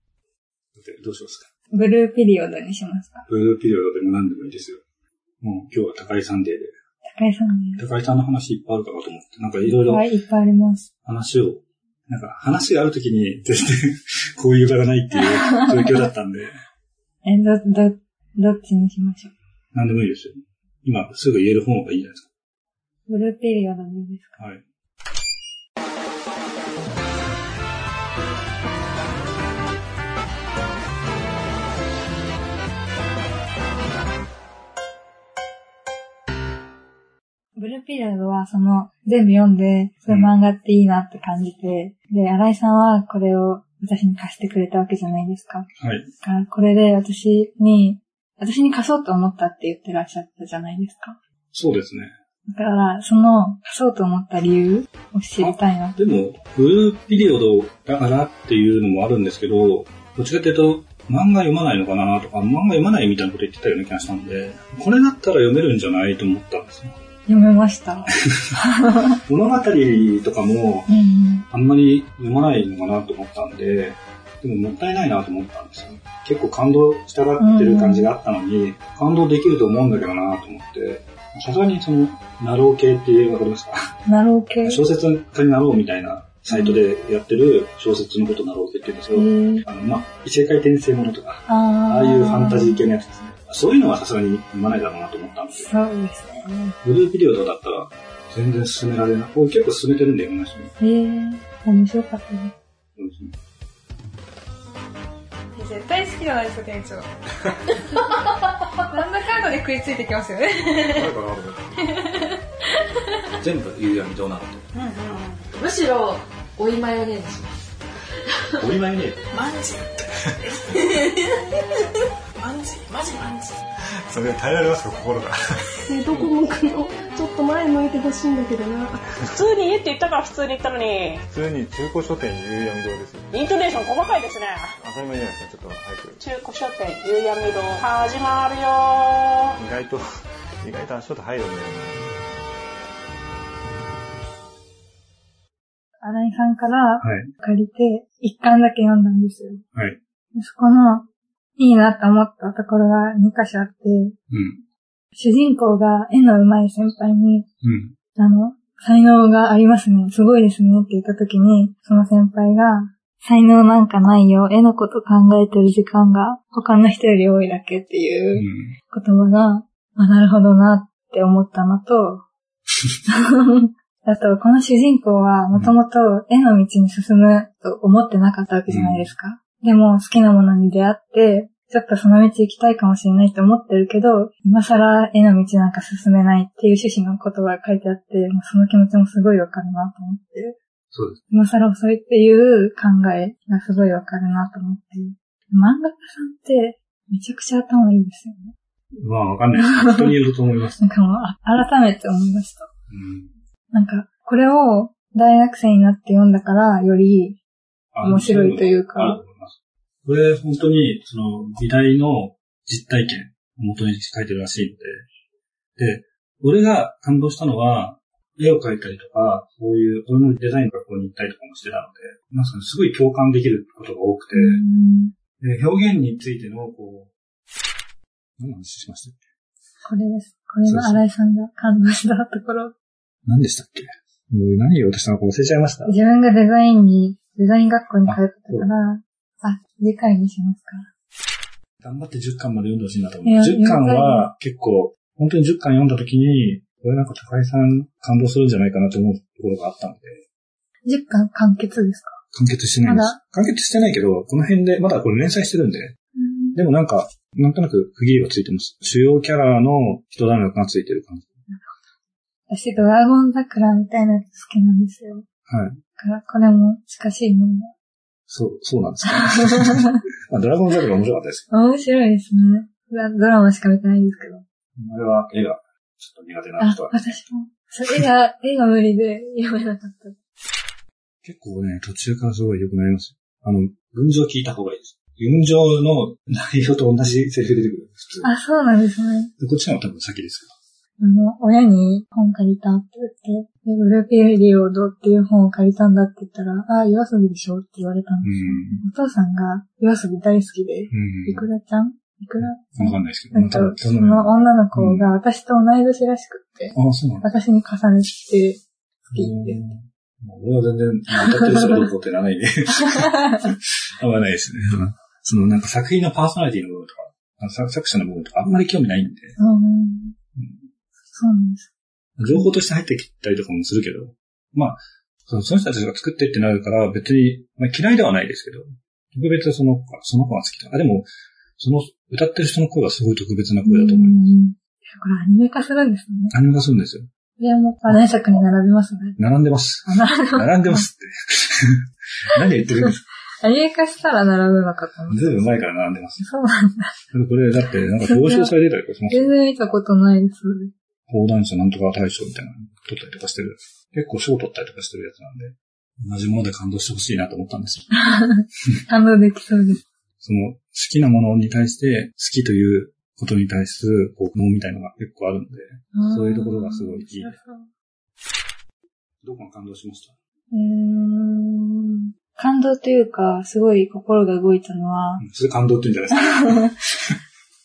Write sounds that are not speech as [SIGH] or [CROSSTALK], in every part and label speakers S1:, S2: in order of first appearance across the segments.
S1: ってどうしますか
S2: ブルーピリオドにしますか
S1: ブルーピリオドでも何でもいいですよ。もう今日は高井サンデーで。
S2: 高井さんで
S1: 高井さんの話いっぱいあるかなと思って、なんかいろい
S2: す。
S1: ろ
S2: はい、いっぱいあります。
S1: 話を、なんか話があるときに全然 [LAUGHS] こういう場がないっていう
S2: [LAUGHS]
S1: 状況だったんで、
S2: え、ど、ど、どっちにしましょう
S1: 何でもいいですよ。今すぐ言える方がいいんじゃないです
S2: ブルーピリオドにいいですか
S1: か。はい。
S2: ブルーピリオドはその、全部読んで、そういう漫画っていいなって感じて、で、新井さんはこれを私に貸してくれたわけじゃないですか。
S1: はい。
S2: だからこれで私に、私に貸そうと思ったって言ってらっしゃったじゃないですか。
S1: そうですね。
S2: だから、その、貸そうと思った理由を知りたいな。
S1: でも、ブルーピリオドだからっていうのもあるんですけど、どっちかっていうと、漫画読まないのかなとか、漫画読まないみたいなこと言ってたような気がしたんで、これだったら読めるんじゃないと思ったんですよ。
S2: 読めました。
S1: 物語とかも
S2: うんうん。
S1: あんまり読まないのかなと思ったんで、でももったいないなと思ったんですよね。結構感動したがってる感じがあったのに、感動できると思うんだけどなと思って、さすがにその、ナロー系ってわかりますか
S2: ナロー系。
S1: 小説家になろうみたいなサイトでやってる小説のことなろうって言ってるんですけ
S2: え
S1: ど、
S2: ー、
S1: あの、まあ、異世界転生ものとか、
S2: あ
S1: ああいうファンタジー
S2: 系。
S1: 系のやつですね。そういうのはさすがに読まないだろうなと思ったんですよ。
S2: そうですね。
S1: ブルーピリオドだったら全然進められない。僕結構進めてるんで読みましたね。
S2: えー、面白かったです。
S1: そうですね
S3: 絶対好きじゃないですか、店長。 [LAUGHS] なんだかんだで食いついてきますよね。
S4: 誰かなと思って。全部言うやん、どうなのと。
S5: むしろ、おいマヨネーズ。
S1: お見舞いね。
S3: マンジ。マンジ、マジマンジ。
S4: それ耐えられますか、心が。
S6: えどこ向くのちょっと前向いてほしいんだけどな。
S7: 普通に家って言ったから普通に言ったのに、
S8: 普通に中古書店夕闇堂ですよ。
S7: イントネーション細かいですね。
S8: 当たり前じゃないですか、ちょっと早く。
S7: 中古書店夕闇堂始まるよ
S8: 意外と、意外と足音入るんだよね。
S2: 新井さんから
S1: はい。
S2: 借りて、一巻だけ読んだんですよ。
S1: はい。
S2: そこの、いいなと思ったところが2箇所あって、
S1: うん。
S2: 主人公が絵の上手い先輩に、
S1: うん。
S2: あの、才能がありますね。すごいですね。って言った時に、その先輩が、才能なんかないよ。絵のこと考えてる時間が他の人より多いだけっ
S1: う。
S2: ていうん言葉が、あ、なるほどなって思ったのと、あと、この主人公はもともと絵の道に進むと思ってなかったわけじゃないですか。でも好きなものに出会って、ちょっとその道行きたいかもしれないと思ってるけど、今更絵の道なんか進めないっていう趣旨の言葉が書いてあって、もうその気持ちもすごいわかるなと思って、
S1: そうです。
S2: 今更遅いっていう考えがすごいわかるなと思って、漫画家さんってめちゃくちゃ頭いいですよね。
S1: まあわかんないです。人によると思います。
S2: なんかもうあ改めて思いました。
S1: うん。
S2: なんか、これを大学生になって読んだから、より、
S1: あ
S2: 面白いというか
S1: あると思います。これ本当に、その、美大の実体験を元に書いてるらしいので、で、俺が感動したのは、絵を描いたりとか、そういう、俺もデザインの学校に行ったりとかもしてたので、なんかすごい共感できることが多くて、
S2: うん
S1: で表現についての、こう、何の話しましたっけ
S2: これです。これが新井さんが感動したところ。
S1: 何でしたっけもう何言おうとしたのか忘れちゃいました。
S2: 自分がデザインに、デザイン学校に通ってたから、あ、次回にしますか。
S1: 頑張って10巻まで読んでほしいなと
S2: い
S1: 思
S2: や
S1: って。10巻は結構、本当に10巻読んだ時に、これなんか高井さん感動するんじゃないかなと思うところがあったので、
S2: 10巻完結ですか
S1: 完結してないで。
S2: ます
S1: 完結してないけど、この辺で、まだこれ連載してるんで、でもなんか、なんとなく区切りはついてます。主要キャラの人段落がついてる感じ。
S2: 私、ドラゴン桜みたいなやつ好きなんですよ。
S1: はい。
S2: だから、これも近しいもんだ。
S1: そう、そうなん
S2: [LAUGHS]
S1: ですか。まあ、ドラゴンザルが面白かったです。
S2: 面白いですね。ドラドラマしか見てないんですけど。
S1: あれは絵がちょっと苦手な
S2: あ
S1: 人は、
S2: 私も。そう絵が、絵が無理で読めなかった。
S1: 結構ね、途中からすごい良くなりますよ。あの、群青聞いた方がいいです。群青の内容と同じセリフ出てくる。普通に
S2: あ、そうなんですね。
S1: でこっちの方が多分先です
S2: あの、親に本借りたって言って、で、ブルーピリオドっていう本を借りたんだって言ったら、ああ、夜遊びでしょって言われたん
S1: う
S2: です
S1: ん。
S2: よ。お父さんが夜遊び大好きで、
S1: うん。
S2: いくらちゃんいくらちゃ
S1: わか
S2: ん
S1: んないですけど、
S2: なん
S1: ま
S2: か
S1: た、そ
S2: その
S1: の、あ
S2: 女の子が私と同い年らしくって、
S1: あ、そうなんだ。
S2: 私に重ねて、好きって言って。
S1: もう俺は全然、歌ってる人がどうこうってならないで。 [LAUGHS] 合わないですね。そのなんか作品のパーソナリティの部分とか、あの作作者の部分とかあんまり興味ないんで、
S2: うん [LAUGHS] そうなんです。
S1: 情報として入ってきたりとかもするけど、まあ、そのその人たちが作ってってなるから別に、まあ、嫌いではないですけど、特別その子が、その子が好きだ。あ、でも、その歌ってる人の声はすごい特別な声だと思う。
S2: うんこれアニメ化するんですね。
S1: アニメがするんですよ。
S2: これはもう話題作に並びますね。
S1: 並んでます。
S2: あな
S1: 並んでますって。 [LAUGHS] 何言ってるんですか
S2: アニメ化したら並ぶのかと思って。
S1: ずいぶん前から並んでます。
S2: そうなんだ。
S1: これだって、なんか表彰されてたりとかしますよ
S2: 全然見たことないです。
S1: 講談社なんとか大賞みたいなの取ったりとかしてる。結構賞取ったりとかしてるやつなんで、同じもので感動してほしいなと思ったんですよ。
S2: 感動できそうです。
S1: その、好きなものに対して、好きということに対する、こう、能みたいのが結構あるんで、そういうところがすごいいい。どこが感動しました
S2: うーん感動というか、すごい心が動いたのは、
S1: それ感動って言うんじゃないです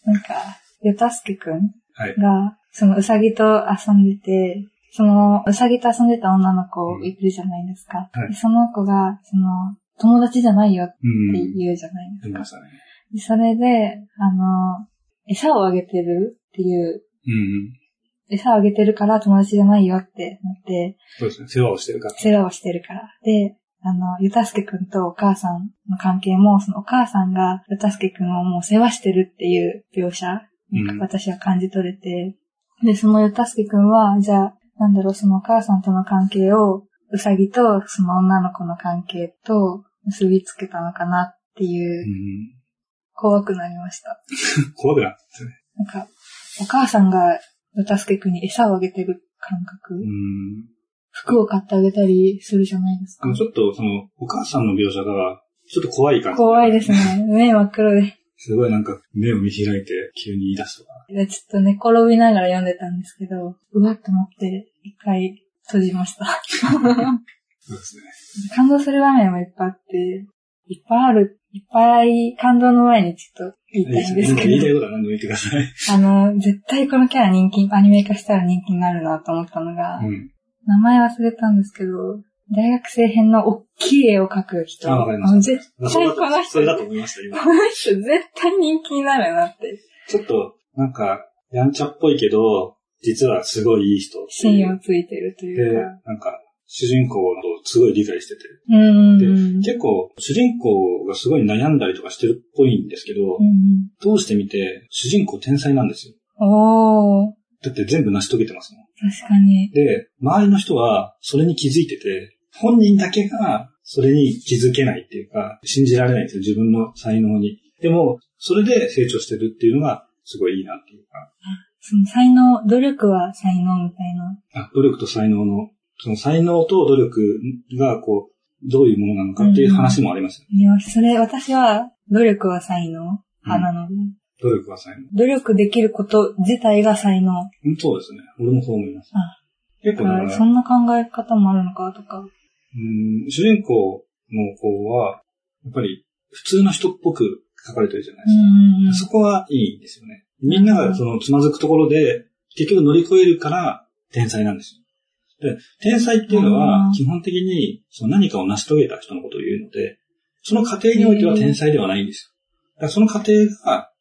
S2: なんか、ヨタスケくん
S1: か。 [LAUGHS] はい。
S2: が、そのうさぎと遊んでて、そのうさぎと遊んでた女の子いるじゃないですか。
S1: はい
S2: でその子が、その、友達じゃないよって
S1: うん。あ
S2: 言うじゃない
S1: り
S2: ですか
S1: ま。したね。
S2: でそれで、あの、餌をあげてるっていう、
S1: うん。
S2: 餌をあげてるから友達じゃないよってなって、
S1: そうですね。世話をしてるから。
S2: 世話をしてるから。で、あの、ゆたすけくんとお母さんの関係も、そのお母さんがゆたすけくんをもう世話してるっていう描写、
S1: うん
S2: 私は感じ取れて、で、そのゆたすけくんは、じゃあ、なんだろう、そのお母さんとの関係を、うさぎとその女の子の関係と結びつけたのかなって
S1: う
S2: いう、
S1: ん。
S2: 怖くなりました。
S1: 怖くなってたね。
S2: なんか、お母さんが、ヨタスケくんに餌をあげてる感覚、
S1: うん。
S2: 服を買ってあげたりするじゃないです
S1: あ
S2: か
S1: の、。ちょっと、その、お母さんの描写が、ちょっと怖い感じ。
S2: 怖いですね。目真っ黒で。
S1: すごいなんか、目を見開いて、急に言い出すとか。
S2: でちょっと寝転びながら読んでたんですけど、うわっと思って、一回閉じました。 [LAUGHS]
S1: そうですね。
S2: 感動する場面もいっぱいあって、いっぱいある、いっぱい感動の前にちょっと言いた
S1: [LAUGHS]
S2: いんですけ
S1: 言いたい
S2: ど、
S1: ことは何でも言ってくださ [LAUGHS] い。
S2: [LAUGHS] あの、絶対このキャラ人気、アニメ化したら人気になるなと思ったのが、
S1: うん。
S2: 名前忘れたんですけど、大学生編の大きい絵を描く人。
S1: あわかりました
S2: もう絶
S1: そ
S2: 対
S1: れだ
S2: この
S1: と、そ
S2: 人、
S1: れ
S2: こ
S1: だと思いました、今。
S2: の人絶対人気になるなって。
S1: ちょっと、なんか、やんちゃっぽいけど、実はすごいいい人。
S2: 芯をついてると
S1: で
S2: いうか。、
S1: なんか、主人公をすごい理解してて。
S2: うーん。
S1: で
S2: うん
S1: 結構、主人公がすごい悩んだりとかしてるっぽいんですけど、
S2: うん。
S1: 通してみて、主人公天才なんですよ。
S2: おー、
S1: だって全部成し遂げてますもん。
S2: 確かに。
S1: で、周りの人はそれに気づいてて、本人だけがそれに気づけないっていうか、信じられないんですよ、自分の才能に。でも、それで成長してるっていうのが、すごいいいなっていうか、
S2: その才能、努力は才能みたいな。
S1: あ努力と才能の、その才能と努力が、こう、どういうものなのかっていう話もありますよ。
S2: いや、それ、私は、努力は才能派なので、
S1: 努力は才能。
S2: 努力できること自体が才能。
S1: うんそうですね。俺もそう思います
S2: あ。
S1: 結
S2: だ
S1: 構
S2: か、
S1: だからら
S2: そんな考え方もあるのか、とか。
S1: うん主人公の子は、やっぱり普通の人っぽく書かれてるじゃないですか
S2: うん。うんうん。
S1: そこはいいんですよね。みんながそのつまずくところで、結局乗り越えるから天才なんですよ。で、天才っていうの
S2: あ
S1: は
S2: ー
S1: 基本的にその何かを成し遂げた人のことを言うので、その過程においては天才ではないんですよ。だからその過程が、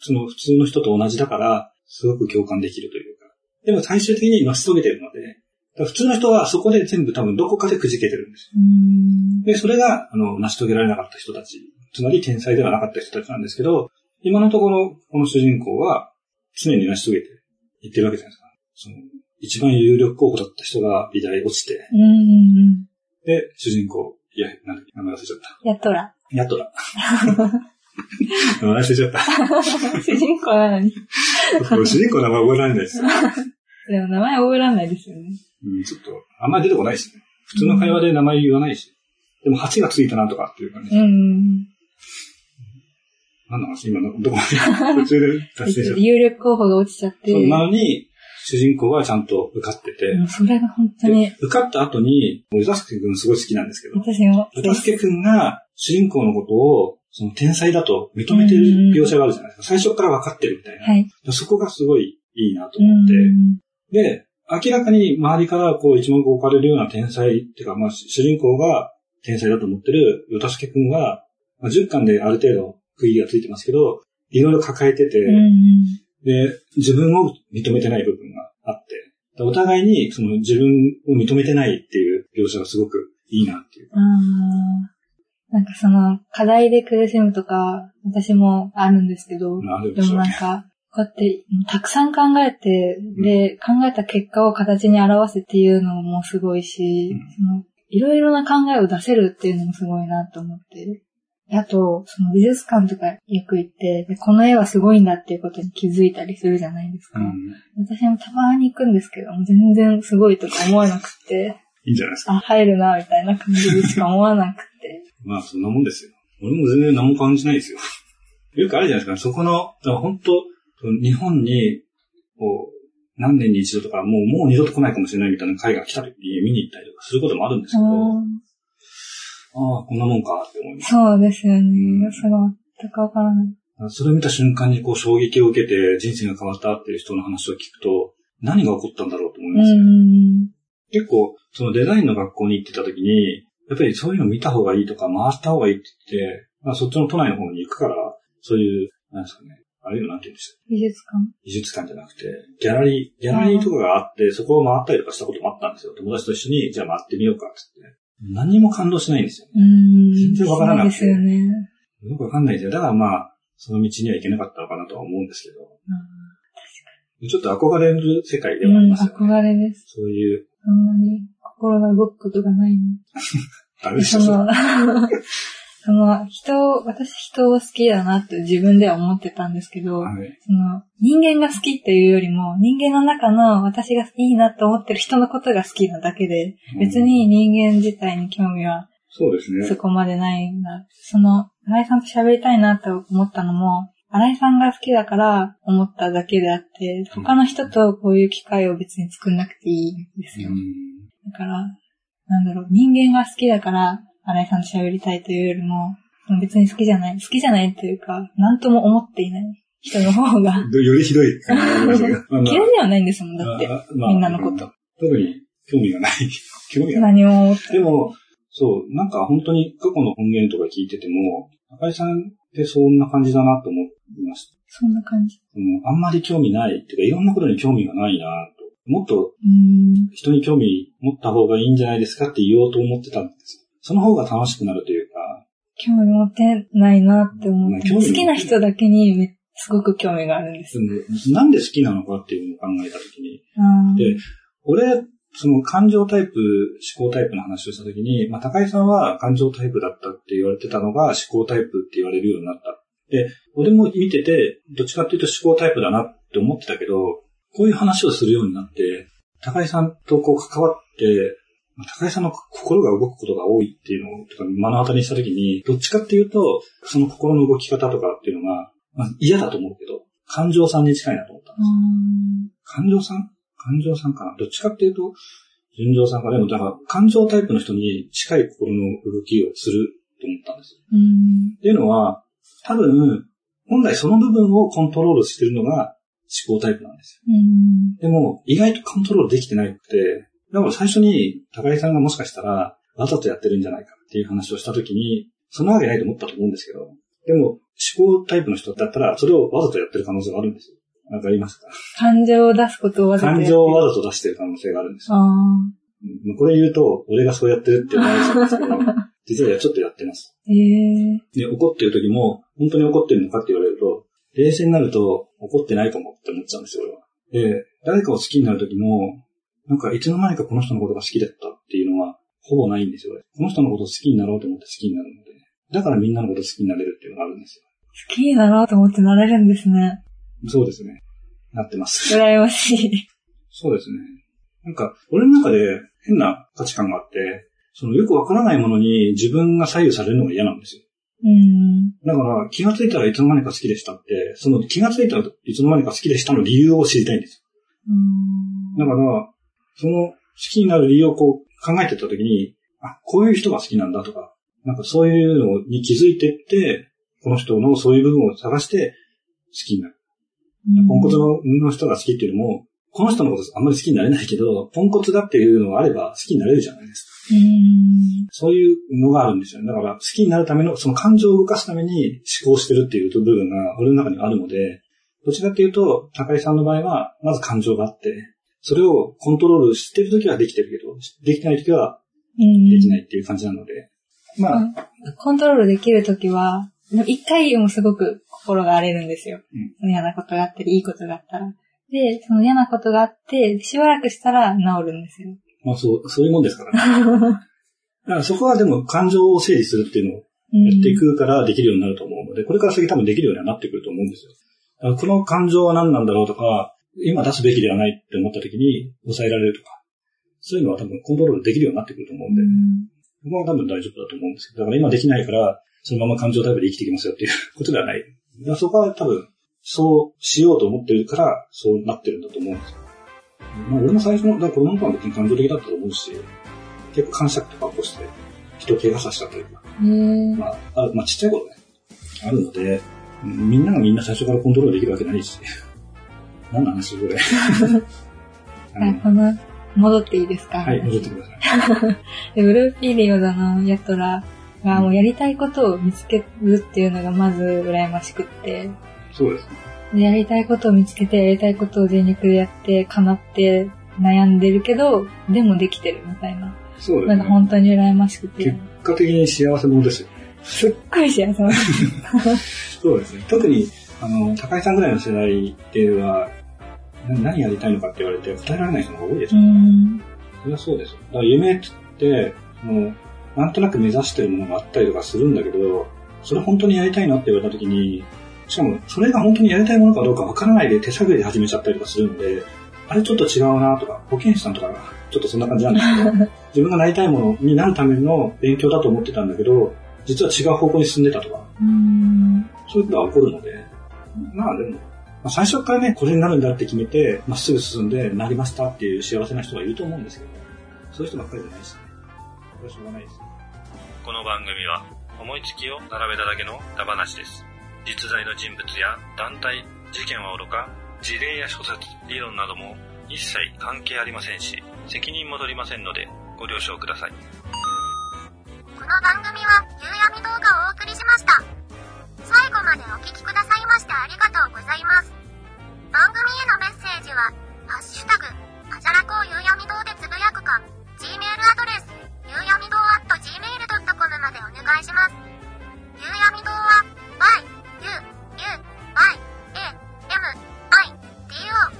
S1: その普通の人と同じだから、すごく共感できるというか。でも最終的に成し遂げてるので、だから普通の人はそこで全部多分どこかでくじけてるんですよ
S2: うん。
S1: で、それが、あの、成し遂げられなかった人たち、つまり天才ではなかった人たちなんですけど、今のところ、この主人公は、常に成し遂げていってるわけじゃないですか。その、一番有力候補だった人が美大落ちて、
S2: うんうんうん。
S1: で、主人公、いや、なんだっけ、名前忘れちゃった。
S2: やっとら。
S1: ヤトラ。名前忘れちゃった。
S2: 主人公なのに。
S1: これ主人公の名前覚えられないです。
S2: でも名前覚えらんないですよね。
S1: うん、ちょっと、あんまり出てこないしね。普通の会話で名前言わないし。でも、8がついたなとかっていう感じ。
S2: うんうん
S1: 何の話今の、どこまで途中で
S2: うん。
S1: 達成しちゃった
S2: 有力候補が落ちちゃって。
S1: そうなのに、主人公はちゃんと受かってて、
S2: もうそれが本当に
S1: で、受かった後に、もうゆたすけくんすごい好きなんですけど、
S2: 私も、
S1: ゆたすけくんが主人公のことを、その天才だと認めてる描写があるじゃないですか。最初から分かってるみたいな。
S2: はい。
S1: そこがすごいいいなと
S2: う
S1: 思って、
S2: ん。
S1: で、明らかに周りからこう一目置かれるような天才っていうか、まあ主人公が天才だと思ってるヨタスケくんは、まあ、10巻である程度区切りがついてますけど、いろいろ抱えてて、
S2: うん。
S1: で、自分を認めてない部分があって、でお互いにその自分を認めてないっていう描写がすごくいいなっていう。
S2: あーなんかその、課題で苦しむとか、私もあるんですけど、
S1: まあある
S2: で
S1: でし
S2: も
S1: ょう
S2: なん
S1: ね。
S2: か、こうやって、たくさん考えて、で、考えた結果を形に表すっていうのもすごいし、
S1: うん
S2: その、いろいろな考えを出せるっていうのもすごいなと思って。あと、その美術館とかよく行って、でこの絵はすごいんだっていうことに気づいたりするじゃないです
S1: う
S2: か。
S1: ん。
S2: 私もたまに行くんですけど、もう全然すごいとか思わなくて、
S1: いいんじゃないですか。
S2: あ、入るな、みたいな感じでしか思わなくて。
S1: まあそんなもんですよ。俺も全然何も感じないですよ。よくあるじゃないですか。そこの、だから本当日本に、こう、何年に一度とか、もう、もう二度と来ないかもしれないみたいな会が来た時に見に行ったりとかすることもあるんですけど、
S2: あー
S1: ああ、こんなもんかって思います。
S2: そうですよ
S1: う
S2: ね。
S1: ん
S2: それは全くわからない。
S1: それを見た瞬間にこう衝撃を受けて人生が変わったっていう人の話を聞くと、何が起こったんだろうと思いますよね、
S2: うん。
S1: 結構、そのデザインの学校に行ってた時に、やっぱりそういうの見た方がいいとか、回した方がいいって言って、まあそっちの都内の方に行くから、そういう、なんですかね、あれよ、なんて言うんでした
S2: 美術館
S1: 美術館じゃなくて、ギャラリー、ギャラリーとかがあって、そこを回ったりとかしたこともあったんですよ。友達と一緒に、じゃあ回ってみようかって言って。何にも感動しないんですよ。
S2: うん。
S1: 全然わからなくて
S2: そうですよね。
S1: よくわかんないですよ。だからまあ、その道には行けなかったのかなとは思うんですけど。ちょっと憧れる世界ではあり
S2: うん、
S1: ますよね。
S2: 憧れです。
S1: そういう、
S2: そんなに心が動くことがないの。
S1: あれでし
S2: そ
S1: ょ、
S2: の、 [LAUGHS] その、人を、私人を好きだなって自分では思ってたんですけど、
S1: はい。
S2: その、人間が好きっていうよりも、人間の中の私がいいなと思ってる人のことが好きなだけで、別に人間自体に興味は
S1: そうですね。
S2: そこまでないんだ。その、新井さんと喋りたいなと思ったのも、新井さんが好きだから思っただけであって、
S1: うん
S2: 他の人とこういう機会を別に作んなくていいんですよ。
S1: うん
S2: だから、なんだろう、人間が好きだから、新井さんと喋りたいというよりも、別に好きじゃない、好きじゃないというか、なんとも思っていない人の方が、
S1: どよりひどい感じになりま
S2: [LAUGHS]
S1: したけど。まあまあ
S2: 嫌いではないんですもん、だって。
S1: あまあ
S2: みんなのこと
S1: 特に興味がない。 [LAUGHS] 興味がない。
S2: 何も思って。
S1: でも、そう、なんか本当に過去の音源とか聞いてても、中井さんってそんな感じだなと思いました。
S2: そんな感じ。
S1: うん、あんまり興味ない。っていうか、いろんなことに興味がないなと。もっと
S2: うん。
S1: 人に興味持った方がいいんじゃないですかって言おうと思ってたんですよ。その方が楽しくなるというか、
S2: 興味持てないなって思って。
S1: まあ興
S2: 好
S1: 味
S2: きな人だけにめすごく興味があるんです
S1: そ。のなんで好きなのかっていうのを考えたときに、
S2: うん
S1: で、俺、その感情タイプ、思考タイプの話をしたときに、まあ、高井さんは感情タイプだったって言われてたのが思考タイプって言われるようになった。で、俺も見てて、どっちかっていうと思考タイプだなって思ってたけど、こういう話をするようになって、高井さんとこう関わって、まあ高井さんの心が動くことが多いっていうのを、とか目の当たりにしたときに、どっちかっていうと、その心の動き方とかっていうのが、まあ、嫌だと思うけど、感情さんに近いなと思った。
S2: うん
S1: 感情さん感情さんかなどっちかっていうと、純情さんかでも、だから、感情タイプの人に近い心の動きをすると思ったんですよ。
S2: うん。
S1: っていうのは、多分、本来その部分をコントロールしてるのが思考タイプなんです
S2: うん。
S1: よ。でも、意外とコントロールできてなくて、だから最初に高井さんがもしかしたら、わざとやってるんじゃないかっていう話をしたときに、そんなわけないと思ったと思うんですけど、でも、思考タイプの人だったら、それをわざとやってる可能性があるんですよ。わかりますか
S2: 感情を出すことをわざとやっ
S1: 感
S2: てる
S1: 情をわざと出してる可能性があるんですよ
S2: ああ。
S1: うんこれ言うと、俺がそうやってるって思われちゃうんですけど、実はちょっとやってます。
S2: ええ
S1: で、怒ってる時も、本当に怒ってるのかって言われると、冷静になると、怒ってないかもって思っちゃうんですよ、俺は。で、誰かを好きになる時も、なんかいつの間にかこの人のことが好きだったっていうのは、ほぼないんですよ、俺。この人のことを好きになろうと思って好きになるので、だからみんなのこと好きになれるっていうのがあるんです
S2: 好きになろうと思ってなれるんですね。
S1: よ。そうですね。なってます。
S2: 羨ましい。
S1: そうですね。なんか、俺の中で変な価値観があって、そのよくわからないものに自分が左右されるのが嫌なんですよ。
S2: うん。
S1: だから、気がついたらいつの間にか好きでしたって、その気がついたらいつの間にか好きでしたの理由を知りたいんです
S2: うん。
S1: だから、その好きになる理由をこう考えてった時に、あ、こういう人が好きなんだとか、なんかそういうのに気づいてって、この人のそういう部分を探して好きになる。ポンコツのの人が好きっていうよりも、この人のことあんまり好きになれないけど、ポンコツだっていうのがあれば好きになれるじゃないですか。
S2: うん。
S1: そういうのがあるんですよね。だから、好きになるための、その感情を動かすために思考してるっていう部分が俺の中にはあるので、どちらかというと、高井さんの場合は、まず感情があって、それをコントロールしてるときはできてるけど、できてないときは
S2: うん。
S1: できないっていう感じなので、まあ、
S2: コントロールできるときは、一回もすごく心が荒れるんですよ。嫌なことがあったり、いいことがあったら。で、その嫌なことがあって、しばらくしたら治るんですよ。
S1: まあそう、そういうもんですからね。だからそこはでも感情を整理するっていうのをやっていくからできるようになると思うので、これから先多分できるようにはなってくると思うんですよ。だからこの感情は何なんだろうとか、今出すべきではないって思った時に抑えられるとか、そういうのは多分コントロールできるようになってくると思うんで、ここは多分大丈夫だと思うんですけど、だから今できないから、そのまま感情タイプで生きていきますよっていうことではない。だからそこは多分、そうしようと思ってるから、そうなってるんだと思うんですよ。まあ俺も最初の、だから子供の頃は別に感情的だったと思うし、結構感触とか起こして、人を怪我させたというか、
S2: うん。
S1: まあ、あまあ、ちっちゃい頃ね、あるので、うんみんながみんな最初からコントロールできるわけないし、 [LAUGHS] 何の話これ。 [LAUGHS] あの
S2: この、戻っていいですか
S1: はい、戻ってください。
S2: でブルーピリオドのやトらが、もうやりたいことを見つけるっていうのがまず羨ましくって、
S1: そうですね。
S2: でやりたいことを見つけて、やりたいことを全力でやって、叶って、悩んでるけど、でもできてるみたいな。
S1: そうで
S2: な
S1: す
S2: ん
S1: ね
S2: か。本当に羨ましくて
S1: 結、果的に幸せ者ですよ。
S2: すっごい幸せな。
S1: そうですね。特に、あの、高井さんぐらいの世代では、な何やりたいのかって言われて答えられない人が多いです
S2: う
S1: よ。
S2: ん。
S1: それはそうですよ。だから夢って、もう、なんとなく目指してるものがあったりとかするんだけど、それ本当にやりたいなって言われた時に、しかも、それが本当にやりたいものかどうかわからないで手探りで始めちゃったりとかするので、あれちょっと違うなとか、保健師さんとかがちょっとそんな感じなんですけど、自分がなりたいものになるための勉強だと思ってたんだけど、実は違う方向に進んでたとか、
S2: うん。
S1: そういうことが起こるので、まあでも、まあ、最初からね、これになるんだって決めて、まっすぐ進んで、なりましたっていう幸せな人がいると思うんですけど、そういう人ばっかりじゃないですね。これはしょうがないですね。
S9: この番組は思いつきを並べただけのダバなしです実在の人物や団体事件はおろか事例や諸説理論なども一切関係ありませんし責任も取りませんのでご了承ください
S10: この番組は夕闇動画をお送りしました最後までお聞きくださいましてありがとうございます番組へのメッセージは「ハッシュタグあじゃらこう夕闇堂」でつぶやくか Gmail アドレス夕闇堂 at gmail.com までお願いします夕闇堂は YUUYAMIDO Y の後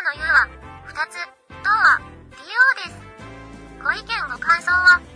S10: の U は2つ「堂は DO ですご意見ご感想は「